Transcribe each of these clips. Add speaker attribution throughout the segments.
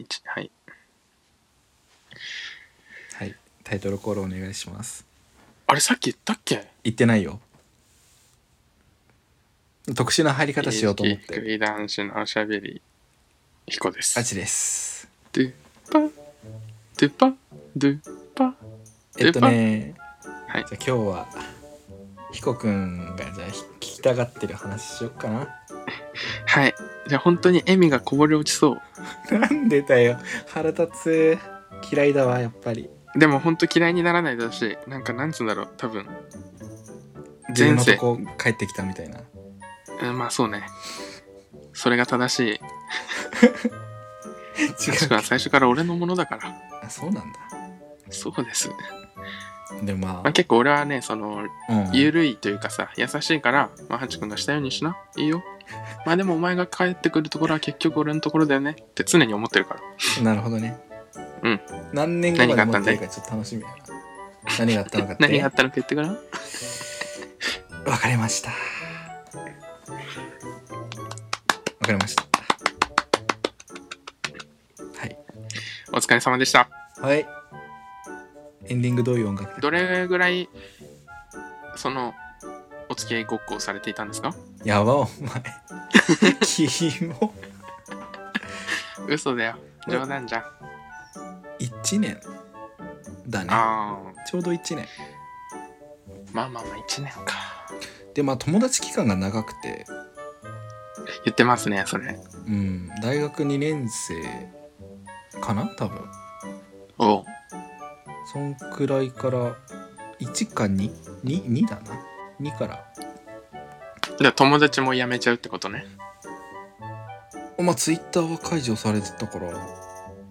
Speaker 1: 一はい
Speaker 2: はいタイトルコールお願いします
Speaker 1: あれさっき言ったっけ
Speaker 2: 言ってないよ特殊な入り方しようと思っ
Speaker 1: 意識
Speaker 2: て
Speaker 1: 低い男子のおしゃべり彦です
Speaker 2: あちです
Speaker 1: ドゥパドゥパドゥパ
Speaker 2: えっとね、
Speaker 1: はい
Speaker 2: じゃあ今日はひこくんがじゃあひ聞きたがってる話しよっかな
Speaker 1: はいじゃあ本当に笑みがこぼれ落ちそ
Speaker 2: なんでだよ腹立つ嫌いだわやっぱり
Speaker 1: うでも本当嫌いにならないだろうしなんかなんつうんだろう多分前世
Speaker 2: 自分のとこ帰ってきたみたいな
Speaker 1: うんまあそうねそれが正 しい
Speaker 2: 違
Speaker 1: もしくは最初から俺のものだから
Speaker 2: あそうなんだ
Speaker 1: そうです、
Speaker 2: でもま
Speaker 1: まあ、結構俺はねその
Speaker 2: あ、うん、
Speaker 1: ゆるいというかさ優しいからまあハチ君がしたようにしないいよまあでもお前が帰ってくるところは結局俺のところだよねって常に思ってるから
Speaker 2: なるほどね
Speaker 1: うん
Speaker 2: 何年後
Speaker 1: 何が
Speaker 2: まで
Speaker 1: あった
Speaker 2: 持
Speaker 1: んだ
Speaker 2: って
Speaker 1: い
Speaker 2: るかちょっと楽しみだな何があったのかっ て
Speaker 1: 何があったのか言ってごらん
Speaker 2: わかりました。わかりました。はい。
Speaker 1: お疲れ様でした
Speaker 2: はい。エンディングどういう音楽
Speaker 1: どれぐらいそのお付き合いごっこをされていたんですか
Speaker 2: やば、お前。キモ。
Speaker 1: 嘘だよ冗談じゃん
Speaker 2: 1年だね。
Speaker 1: あ
Speaker 2: ちょうど1年。
Speaker 1: ーまあまあまあ1年か
Speaker 2: で、まあ友達期間が長くて、
Speaker 1: 言ってますねそれ
Speaker 2: うん、大学2年生かな多分。
Speaker 1: おう
Speaker 2: そんくらいから、1か 2?2 2だな。2から。
Speaker 1: じゃあ友達も辞めちゃうってことね
Speaker 2: まあツイッターは解除されてたから、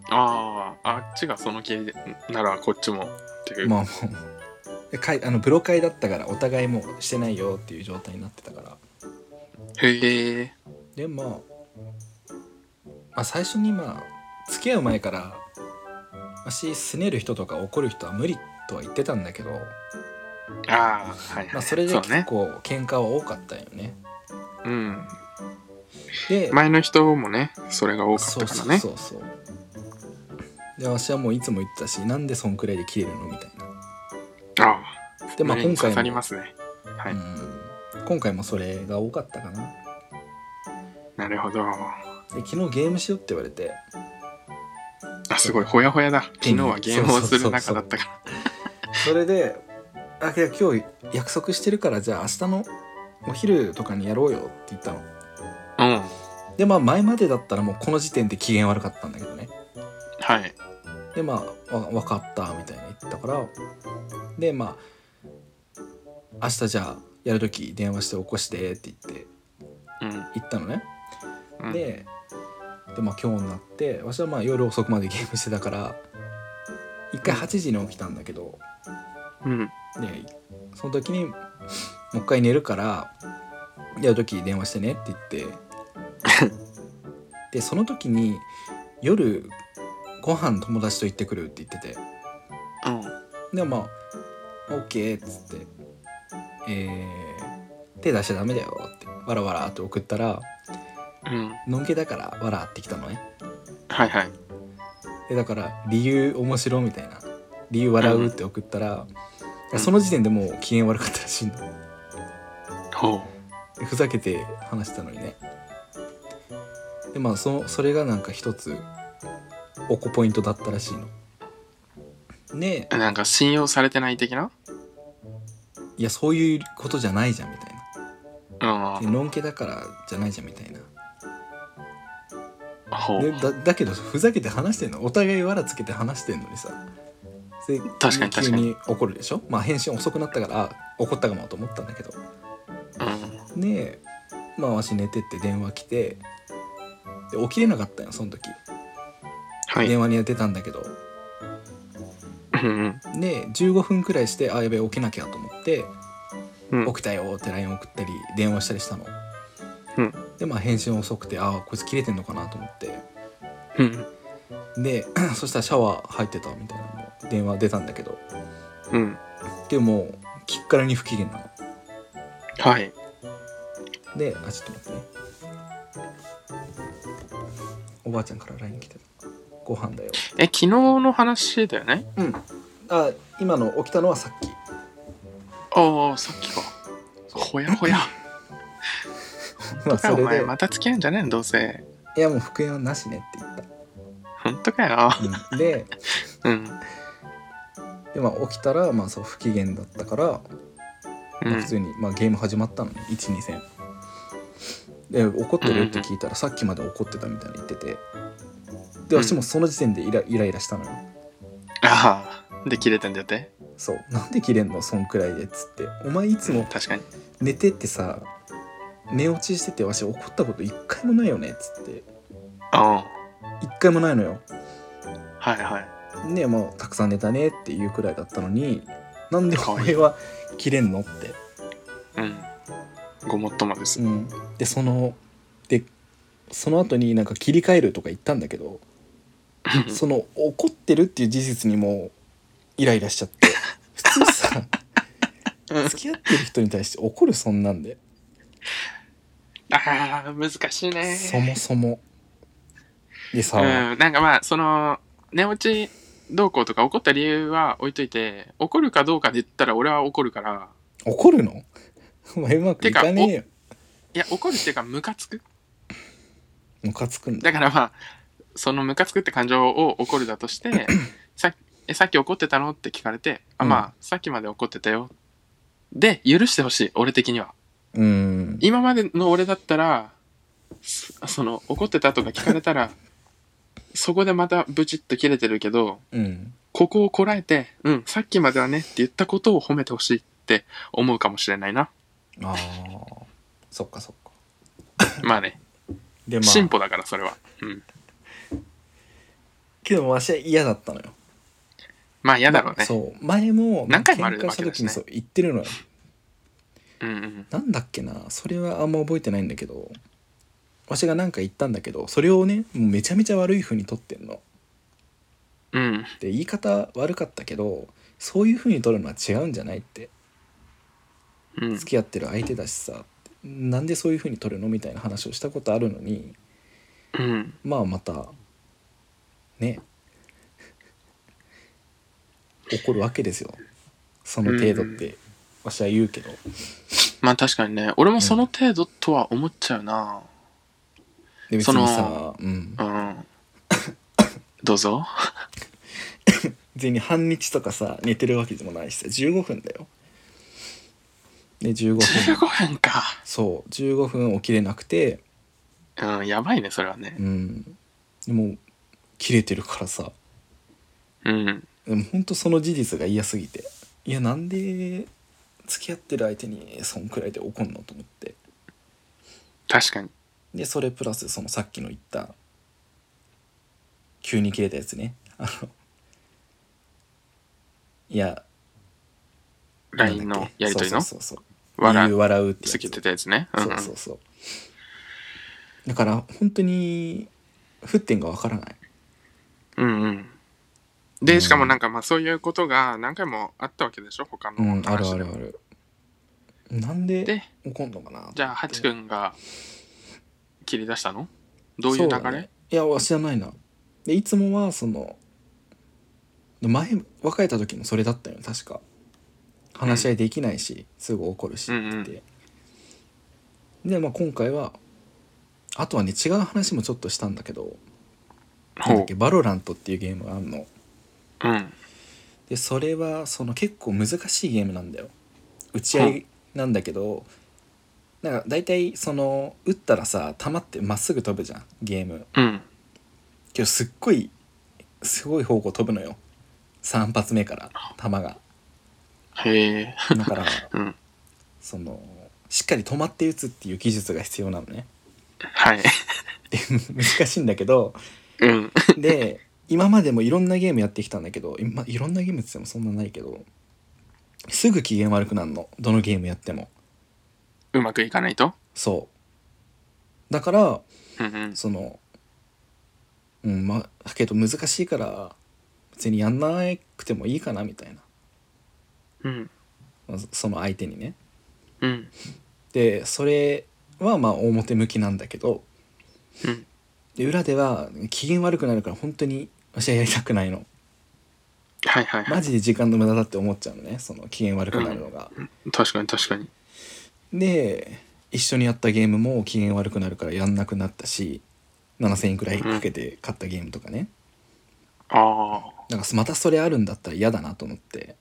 Speaker 1: あああっちがその気ならこっちもっていう、
Speaker 2: まあもうかいあのブロ会だったからお互いもうしてないよっていう状態になってたから
Speaker 1: へえ
Speaker 2: でまあ、まあ最初にまあ付き合う前から私すねる人とか怒る人は無理とは言ってたんだけど、
Speaker 1: ああはい、はい
Speaker 2: まあ、それで
Speaker 1: うね
Speaker 2: 結構喧嘩は多かったよね
Speaker 1: うん
Speaker 2: で、
Speaker 1: 前の人もねそれが多かっ
Speaker 2: そう
Speaker 1: たか
Speaker 2: そ
Speaker 1: ら
Speaker 2: う
Speaker 1: ね
Speaker 2: そうそうで私はもういつも言ってたしなんでそんくらいで切れるのみたいな
Speaker 1: ああ
Speaker 2: でまあ
Speaker 1: 胸に
Speaker 2: 今回
Speaker 1: 刺さり
Speaker 2: も、
Speaker 1: ますねはい、
Speaker 2: うん、今回もそれが多かったかな
Speaker 1: なるほど
Speaker 2: で昨日ゲームしようって言われて
Speaker 1: あすごいほやほやだ昨日はゲームをする中だったから
Speaker 2: それで「あいや今日約束してるからじゃあ明日のお昼とかにやろうよ」って言ったの
Speaker 1: うん
Speaker 2: でまあ前までだったらもうこの時点で機嫌悪かったんだけどね
Speaker 1: はい
Speaker 2: でまあ「わ分かった」みたいに言ったからでまあ「明日じゃあやる時電話して起こして」って言って
Speaker 1: うん
Speaker 2: 行ったのね
Speaker 1: うん
Speaker 2: ででまあ今日になって私はまあ夜遅くまでゲームしてたから一回8時に起きたんだけど、
Speaker 1: うん
Speaker 2: でその時に「もう一回寝るからやる時電話してね」って言ってでその時に夜ご飯友達と行ってくるって言ってて
Speaker 1: うん
Speaker 2: でまあ「OK」っつって「えー、手出しちゃダメだよ」ってわらわらって送ったら
Speaker 1: うん
Speaker 2: 「のんけだからわら」ってきたのね
Speaker 1: はいはい
Speaker 2: でだから理由面白みたいな理由笑うって送ったら、その時点でもう機嫌悪かったらしいんだ
Speaker 1: ほう
Speaker 2: ふざけて話したのにねでまあそそれがなんか一つおこポイントだったらしいのねえ
Speaker 1: なんか信用されてない的ない
Speaker 2: やそういうことじゃないじゃんみたいな
Speaker 1: うん
Speaker 2: でのんけだからじゃないじゃんみたいな
Speaker 1: ほ
Speaker 2: で
Speaker 1: う
Speaker 2: だだけどふざけて話してんのお互いわらつけて話してんのにさで
Speaker 1: 確かに確かに
Speaker 2: 急に怒るでしょまあ返信遅くなったからあ怒ったかもと思ったんだけど
Speaker 1: うん
Speaker 2: でまあわし寝てって電話来てで起きれなかったよその時、
Speaker 1: はい
Speaker 2: 電話には出たんだけど
Speaker 1: うん
Speaker 2: で15分くらいしてあやべえ起きなきゃと思って
Speaker 1: うん
Speaker 2: 起きたよって LINE 送ったり電話したりしたの、
Speaker 1: うん
Speaker 2: でまあ返信遅くてあこいつ切れてんのかなと思って
Speaker 1: うん
Speaker 2: で そしたらシャワー入ってたみたいなもう電話出たんだけど
Speaker 1: うん
Speaker 2: でももうきっからに不機嫌なの
Speaker 1: はい
Speaker 2: であちょっと待ってねおばあちゃんから LINE 来てたご飯だよ
Speaker 1: え、昨日の話だよね
Speaker 2: うんあ今の起きたのはさっき
Speaker 1: ああ、さっきか。ほやほや。
Speaker 2: まあそ
Speaker 1: お
Speaker 2: れ
Speaker 1: 前
Speaker 2: で
Speaker 1: また付き合うんじゃねえのどうせ。
Speaker 2: いやもう復縁はなしねって言っ
Speaker 1: ほんとかよ。
Speaker 2: た、うんで
Speaker 1: うん。
Speaker 2: で、まあ、起きたら、まあ、そう不機嫌だったから、
Speaker 1: う
Speaker 2: まあ普
Speaker 1: ん。
Speaker 2: 通に、まあ、ゲーム始まったのね12戦で怒ってるって聞いたら、さっきまで怒ってたみたいに言っててで
Speaker 1: うん
Speaker 2: 私もその時点でイライライラしたのよ
Speaker 1: ああ。で、切れたんだって。
Speaker 2: そうなんで切れんのそんくらいでっつってお前いつも
Speaker 1: 確かに。
Speaker 2: 寝てってさ寝落ちしててわし怒ったこと一回もないよねっつって
Speaker 1: あ
Speaker 2: 一回もないのよ
Speaker 1: あ。はいはい。
Speaker 2: ねえもうたくさん寝たねっていうくらいだったのになんでお前は切れんのって
Speaker 1: うん。ごもっともです。
Speaker 2: うん、でそのでその後になんか切り替えるとか言ったんだけどその怒ってるっていう事実にもうイライラしちゃって 普通さ
Speaker 1: うん
Speaker 2: 付き合ってる人に対して怒るそんなんで
Speaker 1: ああ、難しいね。
Speaker 2: そもそもでさ、
Speaker 1: うん、なんかまあ、その、寝落ち動向とか怒った理由は置いといて、怒るかどうかで言ったら俺は怒るから、
Speaker 2: 怒るの お前うまくいかねえよ
Speaker 1: いや、怒るっていうか、ムカつく。
Speaker 2: ムカつくんだ
Speaker 1: だからまあ、そのムカつくって感情を怒るだと して、さえさっき怒ってたのって聞かれて、あ、ま
Speaker 2: うん
Speaker 1: あ、さっきまで怒ってたよ。で、許してほしい、俺的には。
Speaker 2: うん
Speaker 1: 今までの俺だったら、そその、怒ってたとか聞かれたら、そこでまたブチッと切れてるけど、
Speaker 2: うん
Speaker 1: ここをこらえて、うん、さっきまではねって言ったことを褒めてほしいって思うかもしれないな。
Speaker 2: あーそっかそっか
Speaker 1: まあね、
Speaker 2: でま
Speaker 1: 進
Speaker 2: あ
Speaker 1: 歩だからそれは。うん。
Speaker 2: けどわしは嫌だったのよ
Speaker 1: まあ嫌だろうね。
Speaker 2: そう前も
Speaker 1: 何回もあ
Speaker 2: 喧
Speaker 1: る
Speaker 2: 嘩した時
Speaker 1: わけ
Speaker 2: に
Speaker 1: だしね
Speaker 2: そう言ってるのよ
Speaker 1: うんうん。
Speaker 2: なんだっけなそれはあんま覚えてないんだけどわしが何か言ったんだけどそれをねもうめちゃめちゃ悪い風に取ってんの
Speaker 1: うん。
Speaker 2: で言い方悪かったけどそういう風に取るのは違うんじゃないって
Speaker 1: うん。
Speaker 2: 付き合ってる相手だしさなんでそういう風に取るのみたいな話をしたことあるのに
Speaker 1: うん。
Speaker 2: まあまたね怒るわけですよその程度ってわしは言うけど
Speaker 1: まあ確かにね、俺もその程度とは思っちゃうな。
Speaker 2: で別
Speaker 1: その
Speaker 2: にさ、うん、
Speaker 1: うん。どうぞ。
Speaker 2: 全に半日とかさ寝てるわけでもないしさ15分だよで15分
Speaker 1: 15分か。
Speaker 2: そう15分起きれなくて
Speaker 1: うん、やばいね、それはね
Speaker 2: う。んでも切れてるからさ
Speaker 1: うん。
Speaker 2: でもほんとその事実が嫌すぎていやなんで付き合ってる相手にそんくらいで怒んのと思って
Speaker 1: 確かに。
Speaker 2: でそれプラスそのさっきの言った急に切れたやつねあのいや
Speaker 1: LINE
Speaker 2: なんだっ
Speaker 1: の
Speaker 2: け
Speaker 1: やりとりの
Speaker 2: そうそうそうそう
Speaker 1: 笑
Speaker 2: 理由
Speaker 1: う。
Speaker 2: 笑うってや
Speaker 1: つ
Speaker 2: つ
Speaker 1: けてたやつね。うん
Speaker 2: そうそうそうだから本当に沸点がわからない
Speaker 1: うんうん。で、しかもなんかまあそういうことが何回もあったわけでしょ他の話で、
Speaker 2: あるあるあるなんで
Speaker 1: で、
Speaker 2: 怒んのかな
Speaker 1: じゃあ、ハチ君が切り出したのどういう流
Speaker 2: そだ
Speaker 1: れ
Speaker 2: ねいやわしじゃないなでいつもはその前別れた時もそれだったよね確か話し合いできないし、すぐ怒るしって言って、で、まあ、今回はあとはね違う話もちょっとしたんだけどなんだ
Speaker 1: ほ
Speaker 2: っけバロラントっていうゲームがあんの
Speaker 1: う。うん。
Speaker 2: でそれはその結構難しいゲームなんだよ打ち合いなんだけど、なんか大体その打ったらさ球ってまっすぐ飛ぶじゃんゲーム
Speaker 1: うん。
Speaker 2: けどすっごいすごい方向飛ぶのよ3発目から球が
Speaker 1: へえ。
Speaker 2: だから
Speaker 1: うん。
Speaker 2: そのしっかり止まって打つっていう技術が必要なのね
Speaker 1: はい。
Speaker 2: で難しいんだけど
Speaker 1: うん。
Speaker 2: で今までもいろんなゲームやってきたんだけど今いろんなゲームって言ってもそんなないけどすぐ機嫌悪くなるのどのゲームやっても
Speaker 1: うまくいかないと。
Speaker 2: そうだから
Speaker 1: うんうん。
Speaker 2: そのうんまあだけど難しいから別にやんなくてもいいかなみたいな
Speaker 1: うん。
Speaker 2: まあその相手にね
Speaker 1: うん。
Speaker 2: でそれはまあ表向きなんだけど
Speaker 1: うん。
Speaker 2: で裏では機嫌悪くなるから本当に私はやりたくないの
Speaker 1: はいはいは
Speaker 2: マ
Speaker 1: い。
Speaker 2: ジで時間の無駄だって思っちゃうのねその機嫌悪くなるのが、
Speaker 1: 確かに確かに。
Speaker 2: で一緒にやったゲームも機嫌悪くなるからやんなくなったし7,000円くらいかけて買ったゲームとかね、
Speaker 1: ああ。
Speaker 2: なんかまたそれあるんだったら嫌だなと思って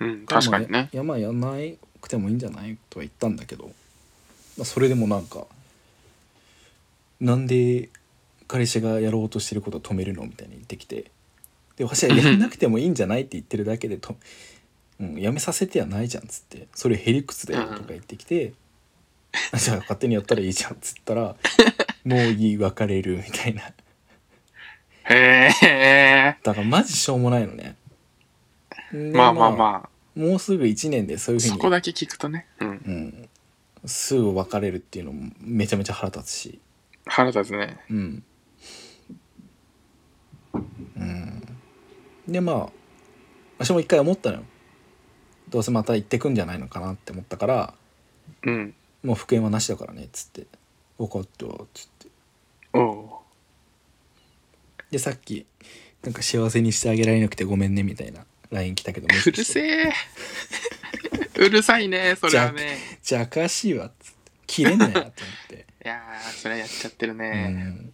Speaker 1: うん、確かにね。
Speaker 2: いやまあやんなくてもいいんじゃないとは言ったんだけど、まあ、それでもなんかなんで彼氏がやろうとしてることを止めるのみたいに言ってきてで私はやんなくてもいいんじゃないって言ってるだけでと、 うん、やめさせてはないじゃんっつってそれへりくつだよとか言ってきて、あじゃあ勝手にやったらいいじゃんっ つったらもういい別れるみたいな
Speaker 1: へえ。
Speaker 2: だからマジしょうもないのね。で
Speaker 1: まあまあま
Speaker 2: もうすぐ1年でそう
Speaker 1: あ、
Speaker 2: いうふう
Speaker 1: そ
Speaker 2: に
Speaker 1: こだけ聞くとね。うん。
Speaker 2: うん、すぐ別れるっていうのもめちゃめちゃ腹立つし
Speaker 1: 腹立つね。
Speaker 2: うん、うん、でまあ私も一回思ったのよどうせまた行ってくんじゃないのかなって思ったから
Speaker 1: うん。
Speaker 2: もう復縁はなしだからねっつって「分かった」っつって
Speaker 1: おお
Speaker 2: でさっきなんか幸せにしてあげられなくてごめんねみたいな LINE 来たけど
Speaker 1: う。うるせえ。うるさいね、それはね。
Speaker 2: じゃあかしいわっつって切れんなよって思って
Speaker 1: いやー、それはやっちゃってる
Speaker 2: う
Speaker 1: ね。
Speaker 2: ん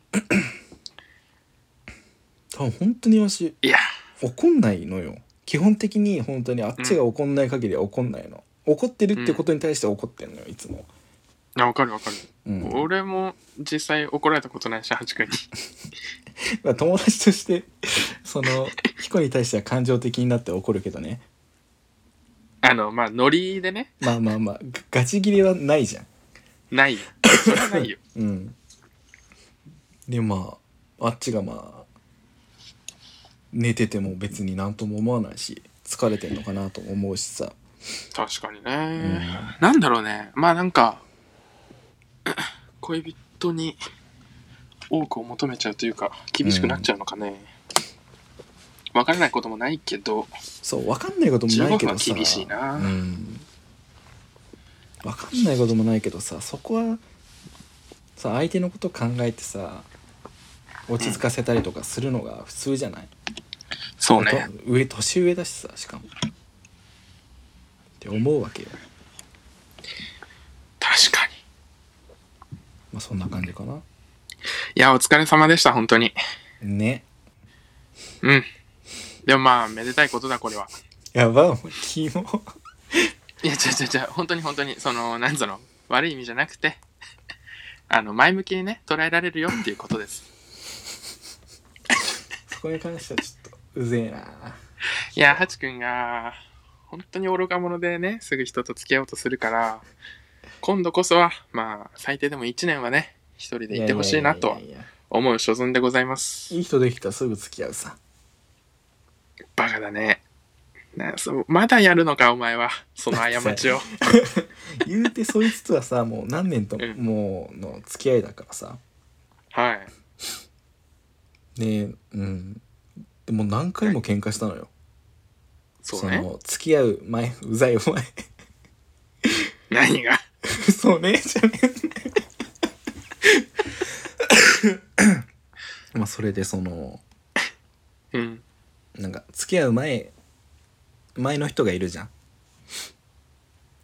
Speaker 2: 多分本当に私
Speaker 1: いや
Speaker 2: 怒んないのよ基本的に本当にあっちが怒んない限りは怒んないの、怒ってるってことに対して怒ってんのよいつも、
Speaker 1: ー、あわかるわかる。
Speaker 2: うん
Speaker 1: 俺も実際怒られたことないし、ハチ君に。
Speaker 2: まあ友達として その彦に対しては感情的になって怒るけどね
Speaker 1: あの、まあ、ノリでね、
Speaker 2: まあまあまあガガチ切れはないじゃん
Speaker 1: ないよ。それはないよ。
Speaker 2: うんでまああっちがまあ寝てても別に何とも思わないし疲れてんのかなとも思うしさ、
Speaker 1: 確かに
Speaker 2: う
Speaker 1: ね。
Speaker 2: ん
Speaker 1: なんだろうね。まあなんか、恋人に多くを求めちゃうというか、厳しくなっちゃうのかね。わ、からないこともないけど、
Speaker 2: そう分かんないこともないけど
Speaker 1: 15
Speaker 2: さ
Speaker 1: は厳しいな
Speaker 2: うん、分かんないこともないけどさそこはさ相手のこと考えてさ落ち着かせたりとかするのが普通じゃない、
Speaker 1: そう
Speaker 2: と
Speaker 1: ね。
Speaker 2: 上年上だしさしかもって思うわけよ
Speaker 1: 確かに。
Speaker 2: まあそんな感じかない
Speaker 1: や、お疲れ様でした、本当に。
Speaker 2: ね
Speaker 1: うん。でもまあ、めでたいことだ、これは。
Speaker 2: やばいもうキモ
Speaker 1: いや、ちゃちゃちゃ、本当に本当に、その、なんつうの、悪い意味じゃなくて、 あの、前向きにね、捉えられるよっていうことです。
Speaker 2: そこに関してはちょっとうぜえない
Speaker 1: や、ハチ君が、本当に愚か者でね、すぐ人と付き合おうとするから、今度こそは、まあ、最低でも1年はね、一人でいてほしいなと
Speaker 2: やいやいやいや
Speaker 1: 思う所存でございます。
Speaker 2: いい人できたらすぐ付き合うさ
Speaker 1: バカだね。なそうまだやるのか、お前は。その過 ちを。
Speaker 2: 言うてそいつとはさもう何年と
Speaker 1: うん
Speaker 2: もうの付き合いだからさ
Speaker 1: はい。
Speaker 2: ねうんでも何回も喧嘩したのよ、
Speaker 1: そうね。
Speaker 2: の付き合う前うざいお前
Speaker 1: 何が。
Speaker 2: そうねじゃねえまあそれでその
Speaker 1: うん。
Speaker 2: なんか付き合う前前の人がいるじゃん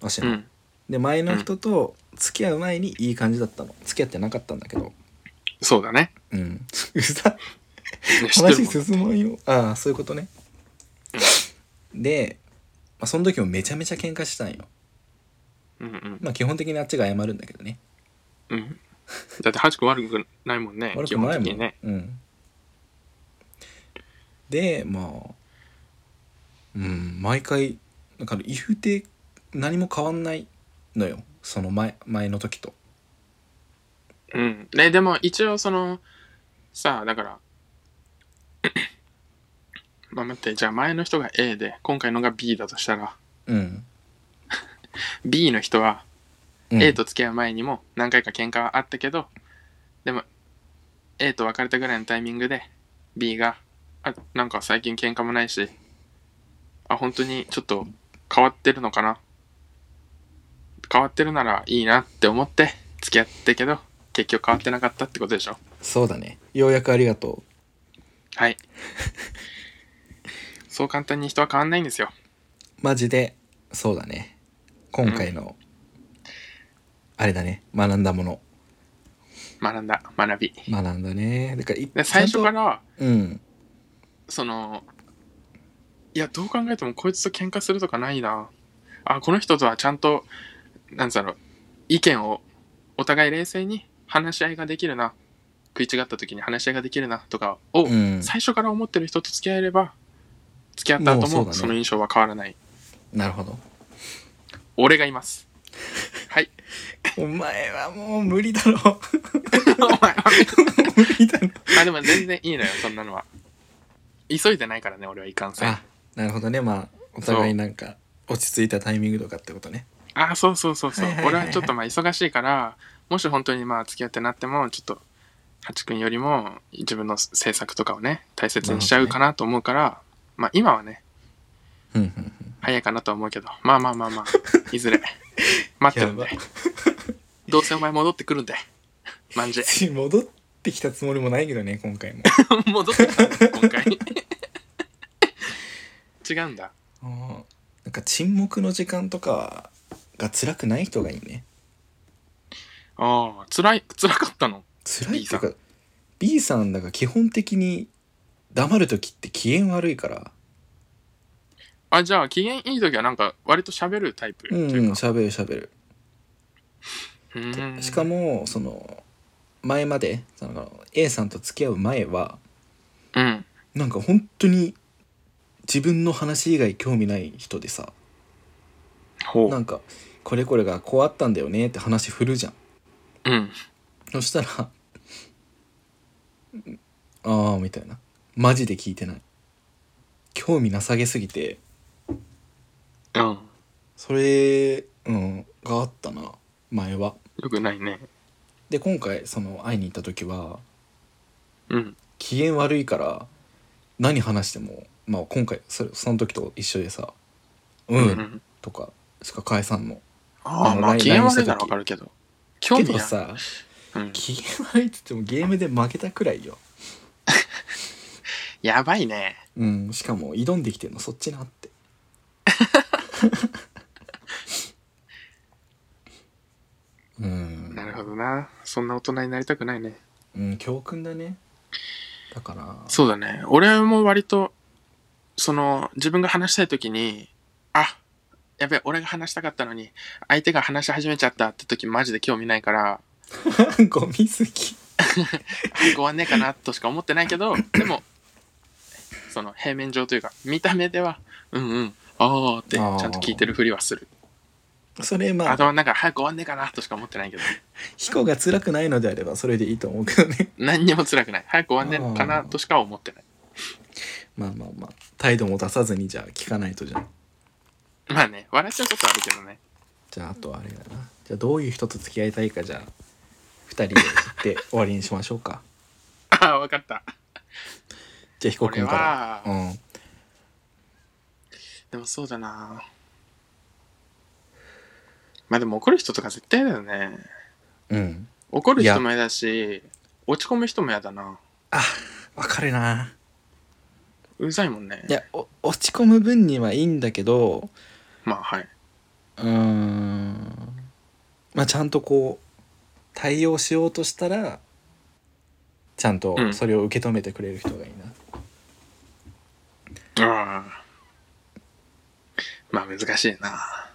Speaker 2: わし
Speaker 1: う
Speaker 2: の、
Speaker 1: ん。
Speaker 2: で前の人と付き合う前にいい感じだったの付き合ってなかったんだけど
Speaker 1: そうだね。
Speaker 2: うん うざ
Speaker 1: いや知ってる
Speaker 2: 話
Speaker 1: もん。
Speaker 2: 進まんよああそういうことねで、まあ、その時もめちゃめちゃ喧嘩したんよ
Speaker 1: うんうん。
Speaker 2: まあ基本的にあっちが謝るんだけどね
Speaker 1: うん。だって、ハチ君悪くないもんね。
Speaker 2: 悪
Speaker 1: 基
Speaker 2: くも
Speaker 1: 本
Speaker 2: ない
Speaker 1: 的
Speaker 2: も
Speaker 1: に
Speaker 2: ん、
Speaker 1: ね。
Speaker 2: うん、でまあうん毎回だから言うて何も変わんないのよその前前の時と
Speaker 1: うん。ね、でも一応その、さあ、だから、まあ待って、じゃあ前の人が A で、今回のが B だとしたら、
Speaker 2: うん、
Speaker 1: B の人は
Speaker 2: うん
Speaker 1: A と付き合う前にも何回か喧嘩はあったけど、でも A と別れたぐらいのタイミングで B が、あ、なんか最近喧嘩もないし、あ、本当にちょっと変わってるのかな。変わってるならいいなって思って付き合ってけど、結局変わってなかったってことでしょ。
Speaker 2: そうだねようやくありがと
Speaker 1: はい。そう簡単に人は変わんないんですよ。
Speaker 2: マジでそうだね今回の、あれだね学んだもの
Speaker 1: 学んだ、学び。
Speaker 2: 学んだねだからい
Speaker 1: で最初か
Speaker 2: ち
Speaker 1: ら、
Speaker 2: ゃんとうん
Speaker 1: その、いや、どう考えてもこいつと喧嘩するとかないな。あ、この人とはちゃんと、なんつうの、意見をお互い冷静に話し合いができるな。食い違った時に話し合いができるなとかを、
Speaker 2: うん
Speaker 1: 最初から思ってる人と付き合えれば、付き合った後
Speaker 2: もうそうだ
Speaker 1: も
Speaker 2: ね
Speaker 1: その印象は変わらない。
Speaker 2: なるほど
Speaker 1: 俺がい ます。はい。
Speaker 2: お前はもう無理だろ
Speaker 1: お 前
Speaker 2: 無理だろ
Speaker 1: あでも全然いいのよそんなのは急いでないからね俺はいかんせんあ
Speaker 2: あなるほどねまあお互いなんか落ち着いたタイミングとかってことね
Speaker 1: あそうそうそうそう、
Speaker 2: はいはいはいはい
Speaker 1: 俺はちょっとまあ忙しいからもし本当にまあ付き合ってなってもちょっとハチ君よりも自分の制作とかをね大切にしちゃうかなと思うから、まあ今はね
Speaker 2: うんうんうん
Speaker 1: 早いかなとは思うけどまあまあまあ まあいずれ待ってるんで
Speaker 2: や
Speaker 1: どうせお前戻ってくるんでまんじ
Speaker 2: 戻ってきたつもりもないけどね今回も
Speaker 1: 戻ってくるんで今回 違うんだ
Speaker 2: あーなんか沈黙の時間とかはが辛くない人がいいね
Speaker 1: ああ辛い辛かったの
Speaker 2: 辛いっていうか B さんだが基本的に黙る時って機嫌悪いから
Speaker 1: あ、じゃあ、機嫌いい時はなんか、割と喋るタイプと
Speaker 2: うん
Speaker 1: いうか。
Speaker 2: 喋る喋る
Speaker 1: うん
Speaker 2: しかもその前までその A さんと付き合う前は
Speaker 1: うん。
Speaker 2: なんか本当に自分の話以外興味ない人でさ
Speaker 1: ほ
Speaker 2: なんかこれこれがこうあったんだよねって話振るじゃん
Speaker 1: う。うん。
Speaker 2: そしたら「ああ」みたいなマジで聞いてない興味なさげすぎて
Speaker 1: うん。
Speaker 2: それ、うん、があったな前は
Speaker 1: よくないね。
Speaker 2: で今回その会いに行った時は
Speaker 1: うん。
Speaker 2: 機嫌悪いから何話しても、まあ、今回それその時と一緒でさ「う」
Speaker 1: うんん。
Speaker 2: とかしか返さんの
Speaker 1: ああ、
Speaker 2: あの
Speaker 1: まあ、
Speaker 2: ライン
Speaker 1: 機嫌悪いな
Speaker 2: ラインした
Speaker 1: ら
Speaker 2: 時
Speaker 1: わかるけど。興
Speaker 2: け
Speaker 1: 味
Speaker 2: ど
Speaker 1: ない。
Speaker 2: さ
Speaker 1: うん。
Speaker 2: 機嫌悪いって言ってもゲームで負けたくらいよ、
Speaker 1: やばいね。
Speaker 2: うん、しかも挑んできてるのそっちなって う、
Speaker 1: なんるほどな。そんな大人になりたくないね。
Speaker 2: うん、教訓だねだから
Speaker 1: そうだね。俺も割と、その、自分が話したい時に、あ、やべえ、俺が話したかったのに、相手が話し始めちゃったって時マジで興味ないから、
Speaker 2: ゴミ好き
Speaker 1: 早く終わんねえかなとしか思ってないけ どでもその平面上というか見た目ではうんうんああってち
Speaker 2: あー
Speaker 1: ゃんと聞いてるふりはする
Speaker 2: それま
Speaker 1: あ
Speaker 2: あ
Speaker 1: とはなんか早く終わんねえかなとしか思ってないけど
Speaker 2: 彦が辛くないのであればそれでいいと思うけどね
Speaker 1: 何にも辛くない早く終わんねえのかなとしか思ってない
Speaker 2: まあまあまあ態度も出さずにじゃあ聞かないとじゃん
Speaker 1: まあね笑っちゃうことはあるけどね
Speaker 2: じゃああとはあれだなじゃあどういう人と付き合いたいかじゃあ2人で言って終わりにしましょうか
Speaker 1: ああわかった
Speaker 2: じゃあ彦
Speaker 1: 俺
Speaker 2: 君か
Speaker 1: は
Speaker 2: らうん
Speaker 1: でもそうだなまあでも怒る人とか絶対だよね
Speaker 2: うん
Speaker 1: 怒る人も嫌だし落ち込む人も嫌だな
Speaker 2: あわかるな
Speaker 1: うざいもんね
Speaker 2: いやお落ち込む分にはいいんだけど
Speaker 1: まあはいう
Speaker 2: ーんまあちゃんとこう対応しようとしたらちゃんとそれを受け止めてくれる人がいいな、
Speaker 1: ああ。まあ難しいな。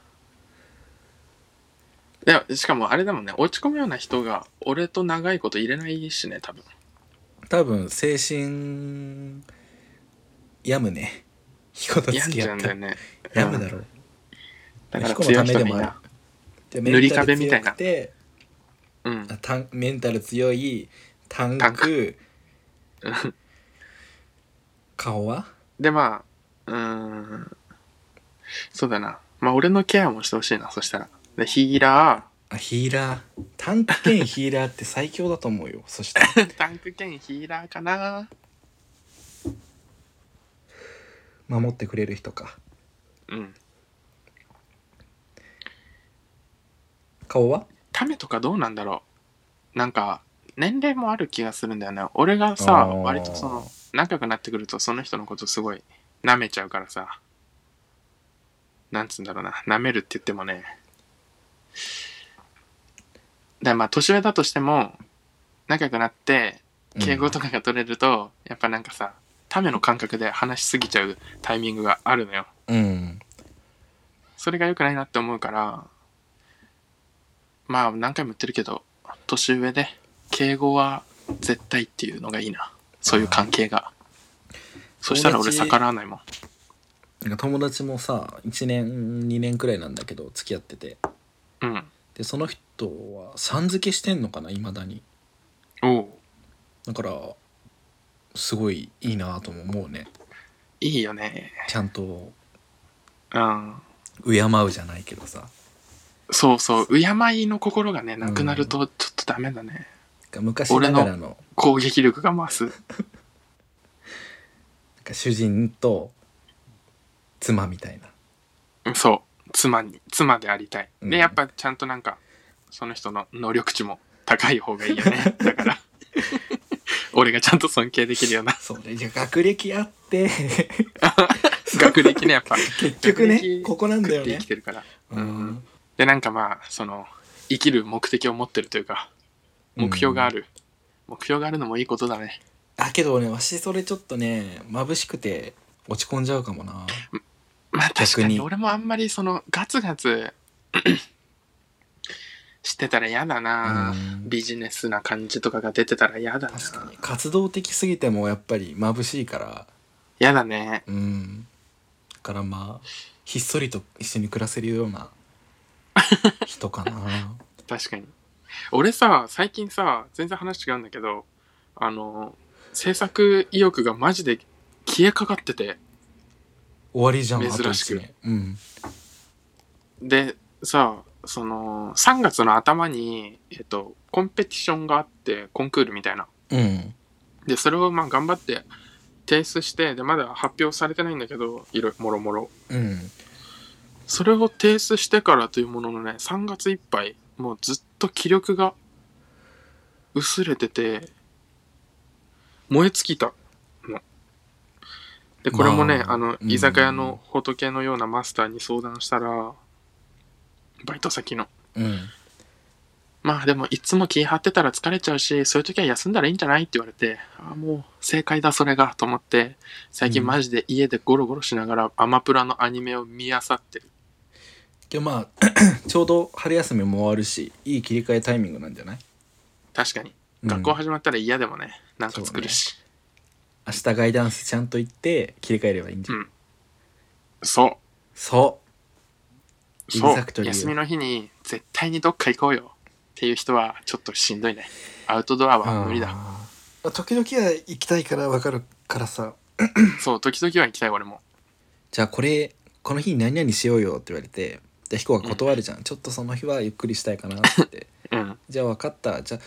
Speaker 1: いや、しかもあれだもんね、落ち込むような人が俺と長いこと入れないしね、多分。
Speaker 2: 多分精神病むね彦と
Speaker 1: 病ん
Speaker 2: 付
Speaker 1: じ
Speaker 2: き
Speaker 1: ゃ
Speaker 2: 合
Speaker 1: う
Speaker 2: っ
Speaker 1: ん
Speaker 2: た
Speaker 1: だよ
Speaker 2: ら
Speaker 1: ね。
Speaker 2: 病むだろう
Speaker 1: だから
Speaker 2: 彦の
Speaker 1: 強
Speaker 2: た
Speaker 1: い人
Speaker 2: めで
Speaker 1: がいい
Speaker 2: もある
Speaker 1: な。
Speaker 2: で
Speaker 1: 塗り壁みたいな
Speaker 2: メンタル強くて
Speaker 1: うん。
Speaker 2: あタンメンタル強いタンク
Speaker 1: タンク
Speaker 2: 顔は
Speaker 1: で、まあ、うーん。そうだな。まあ俺のケアもしてほしいな、そしたら。で、ヒーラ
Speaker 2: あヒーラータンク兼ヒーラーって最強だと思うよそしたら
Speaker 1: ー、 タンク兼ヒーラーかな。
Speaker 2: 守ってくれる人か
Speaker 1: うん。
Speaker 2: 顔は
Speaker 1: タメとかどうなんだろうなんか、年齢もある気がするんだよね。俺が
Speaker 2: あ
Speaker 1: さ、
Speaker 2: ー
Speaker 1: 割とその、仲良くなってくるとその人のことすごい舐めちゃうからさなんつうんだろうな舐めるって言ってもねだからまあ年上だとしても仲良くなって敬語とかが取れると、やっぱなんかさための感覚で話しすぎちゃうタイミングがあるのよ
Speaker 2: うん
Speaker 1: それが良くないなって思うからまあ何回も言ってるけど年上で敬語は絶対っていうのがいいなそういう関係がそしたら俺
Speaker 2: 友達
Speaker 1: 逆らわないもん
Speaker 2: なんか友達もさ1年2年くらいなんだけど付き合ってて
Speaker 1: うん
Speaker 2: でその人はさん付けしてんのかないまだに
Speaker 1: おう
Speaker 2: だからすごいいいなとも思うね
Speaker 1: いいよね
Speaker 2: ちゃんと
Speaker 1: うん
Speaker 2: 敬うじゃないけどさ
Speaker 1: そうそう敬いの心がねなくなるとちょっとダメだね、
Speaker 2: 昔ながらのなん
Speaker 1: 攻撃力が増す
Speaker 2: か主人と妻みたい
Speaker 1: う
Speaker 2: な
Speaker 1: んそう妻に妻でありたい
Speaker 2: うん
Speaker 1: でやっぱちゃんとなんかその人の能力値も高い方がいいよ ねだから 俺がちゃんと尊敬できるような
Speaker 2: そうねじゃあ学歴あって
Speaker 1: 学歴ねやっぱ
Speaker 2: 結
Speaker 1: 学
Speaker 2: 局
Speaker 1: 歴
Speaker 2: ねここなんだ
Speaker 1: 食っ
Speaker 2: よ
Speaker 1: て
Speaker 2: ね
Speaker 1: 生きてるから、
Speaker 2: う
Speaker 1: うんんでなんかまあその生きる目的を持ってるというか目標がある、目標があるのもいいことだね
Speaker 2: だけどねわしそれちょっとね眩しくて落ち込んじゃうかもな
Speaker 1: まあ確
Speaker 2: 逆
Speaker 1: か
Speaker 2: に
Speaker 1: に俺もあんまりそのガツガツしてたら嫌だな、
Speaker 2: うん
Speaker 1: ビジネスな感じとかが出てたら嫌だな
Speaker 2: 確かに活動的すぎてもやっぱり眩しいから
Speaker 1: 嫌だね
Speaker 2: うんだからまあひっそりと一緒に暮らせるよ うな人かな
Speaker 1: 確かに俺さ最近さ全然話違うんだけどあの制作意欲がマジで消えかかってて
Speaker 2: 終わりじゃん
Speaker 1: 珍しく
Speaker 2: あと一年うん
Speaker 1: でさその3月の頭に、えっと、コンペティションがあってコンクールみたいな
Speaker 2: うん
Speaker 1: でそれをまあ頑張って提出してでまだ発表されてないんだけどいろいろもろもろ
Speaker 2: うん
Speaker 1: それを提出してからというもののね3月いっぱいもうずっと気力が薄れてて燃え尽きたのでこれもね、
Speaker 2: まあ
Speaker 1: あ、の
Speaker 2: うん
Speaker 1: 居酒屋の仏のようなマスターに相談したらバイト先の
Speaker 2: うん
Speaker 1: まあでもいつも気張ってたら疲れちゃうしそういう時は休んだらいいんじゃないって言われてああもう正解だそれがと思って最
Speaker 2: う
Speaker 1: 近
Speaker 2: ん
Speaker 1: マジで家でゴロゴロしながらアマプラのアニメを見あさってる
Speaker 2: 今日まあ ちょうど春休みも終わるしいい切り替えタイミングなんじゃない
Speaker 1: 確かに
Speaker 2: うん
Speaker 1: 学校始まったら嫌でもね、なんか作るし
Speaker 2: 明日ガイダンスちゃんと行って切り替えればいいんじゃん、
Speaker 1: うんそう,、
Speaker 2: そ
Speaker 1: そう
Speaker 2: Exactly
Speaker 1: 休みの日に絶対にどっか行こうよっていう人はちょっとしんどいねアウトドア
Speaker 2: う
Speaker 1: は無理だ
Speaker 2: あー時々は行きたいから分かるからさ
Speaker 1: そう時々は行きたい俺も
Speaker 2: じゃあこれこの日に何々しようよって言われてじゃあヒコが断るじゃん、ちょっとその日はゆっくりしたいかなって
Speaker 1: うん
Speaker 2: じゃあ分かったじゃあ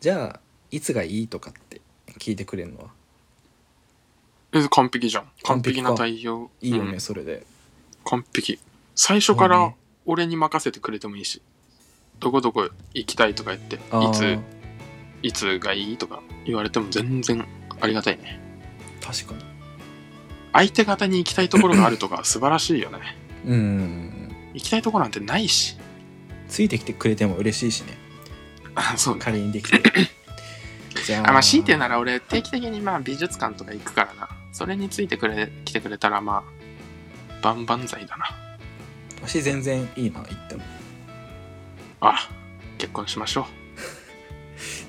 Speaker 2: じゃあいつがいいとかって聞いてくれるのは
Speaker 1: え完璧じゃん
Speaker 2: 完
Speaker 1: 完
Speaker 2: 璧
Speaker 1: 璧
Speaker 2: か
Speaker 1: な対応
Speaker 2: いいよね、
Speaker 1: うん
Speaker 2: それで
Speaker 1: 完璧最初か
Speaker 2: そう
Speaker 1: ら
Speaker 2: ね
Speaker 1: 俺に任せてくれてもいいしどこどこ行きたいとか言ってい
Speaker 2: あ
Speaker 1: つ
Speaker 2: ー
Speaker 1: いつがいいとか言われても全然ありがたいね
Speaker 2: 確かに
Speaker 1: 相手方に行きたいところがあると か素晴らしいよね
Speaker 2: うん
Speaker 1: 行きたいとこなんてないし
Speaker 2: ついてきてくれても嬉しいしね
Speaker 1: あそう
Speaker 2: 仮にできて じゃ
Speaker 1: あまあ強いて言うなら俺定期的にまあ美術館とか行くからなそれについてくれ来てくれたらまあ万々歳だな
Speaker 2: 私全然いいな言っても
Speaker 1: あ結婚しましょう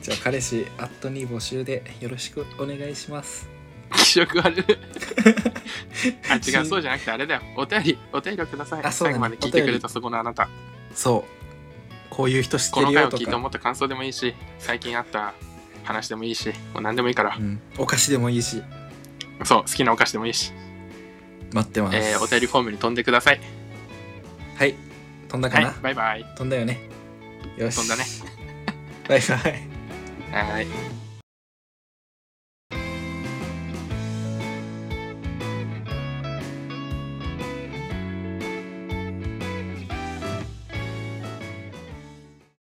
Speaker 2: じゃあ彼氏アットに募集でよろしくお願いします
Speaker 1: 気色悪い あ違う
Speaker 2: し
Speaker 1: そうじゃなくてあれだよお便りお便りをください、
Speaker 2: あそう
Speaker 1: 最後
Speaker 2: だね
Speaker 1: まで聞いてくれたそこのあなた
Speaker 2: そうこういう人知っ
Speaker 1: こ
Speaker 2: て
Speaker 1: の
Speaker 2: る
Speaker 1: 回
Speaker 2: よ
Speaker 1: を
Speaker 2: と
Speaker 1: 聞いて
Speaker 2: か
Speaker 1: 思った感想でもいいし最近あった話でもいいしもう何でもいいから
Speaker 2: う、ん、お菓子でもいいし
Speaker 1: そう好きなお菓子でもいいし、
Speaker 2: 待ってます、
Speaker 1: えーお便りフォームに飛んでください
Speaker 2: はい飛んだか
Speaker 1: は
Speaker 2: な、
Speaker 1: いバイバイ
Speaker 2: 飛んだよねよし
Speaker 1: 飛んだね
Speaker 2: バイバイ
Speaker 1: はい